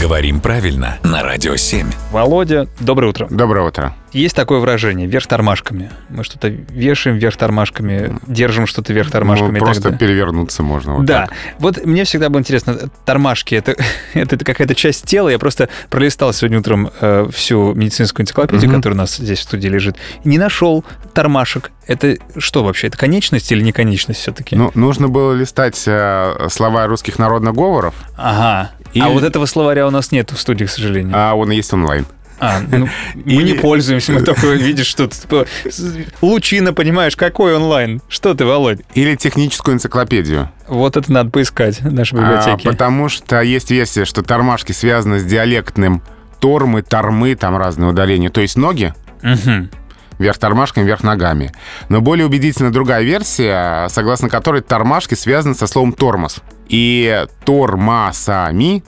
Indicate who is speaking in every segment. Speaker 1: Говорим правильно на Радио 7.
Speaker 2: Володя, доброе утро.
Speaker 3: Доброе утро.
Speaker 2: Есть такое выражение «вверх тормашками». Мы что-то вешаем вверх тормашками, держим что-то вверх тормашками.
Speaker 3: Ну,
Speaker 2: и так
Speaker 3: просто
Speaker 2: далее.
Speaker 3: перевернуться можно. вот
Speaker 2: Да.
Speaker 3: так.
Speaker 2: Вот мне всегда было интересно, тормашки это, это какая-то часть тела. Я просто пролистал сегодня утром э, всю медицинскую энциклопедию,
Speaker 3: Мгм.
Speaker 2: которая у нас здесь в студии лежит. Не нашел тормашек. Это что вообще? Это конечность или не конечность все-таки?
Speaker 3: Ну, нужно было листать э, слова русских народных говоров,
Speaker 2: ага.
Speaker 3: или-
Speaker 2: А вот этого словаря у нас нет в студии, к сожалению.
Speaker 3: а он есть онлайн.
Speaker 2: А, ну, мы не
Speaker 3: Или-
Speaker 2: пользуемся, мы такое видишь, что тут типа, с- лучина, понимаешь, какой онлайн? Что ты, Володь?
Speaker 3: Или техническую энциклопедию.
Speaker 2: Вот это надо поискать в нашей
Speaker 3: А,
Speaker 2: библиотеке.
Speaker 3: потому что есть версия, что тормашки связаны с диалектным тормы, тормы, там разные удаления. То есть ноги
Speaker 2: Мгм.
Speaker 3: вверх тормашками, вверх ногами. Но более убедительна другая версия, согласно которой тормашки связаны со словом тормоз. И тормозами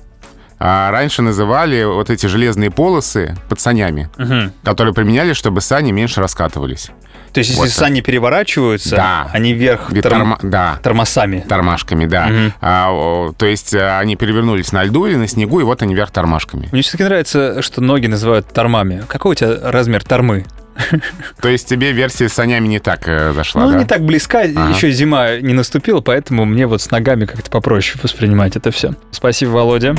Speaker 3: а, раньше называли вот эти железные полосы под санями,
Speaker 2: Мгм.
Speaker 3: которые применяли, чтобы сани меньше раскатывались.
Speaker 2: То есть, если
Speaker 3: Вот так.
Speaker 2: сани переворачиваются,
Speaker 3: Да.
Speaker 2: они вверх
Speaker 3: Ведь
Speaker 2: торм-
Speaker 3: торма- Да,
Speaker 2: тормосами.
Speaker 3: тормашками, да.
Speaker 2: Мгм.
Speaker 3: А, о, то есть э, они перевернулись на льду или на снегу, и вот они вверх тормашками.
Speaker 2: Мне все-таки нравится, что ноги называют тормами. Какой у тебя размер тормы?
Speaker 3: То есть тебе версия с санями не так э, зашла,
Speaker 2: ну,
Speaker 3: да?
Speaker 2: не так близка, еще зима не наступила, поэтому мне вот с ногами как-то попроще воспринимать это все. Спасибо, Володя.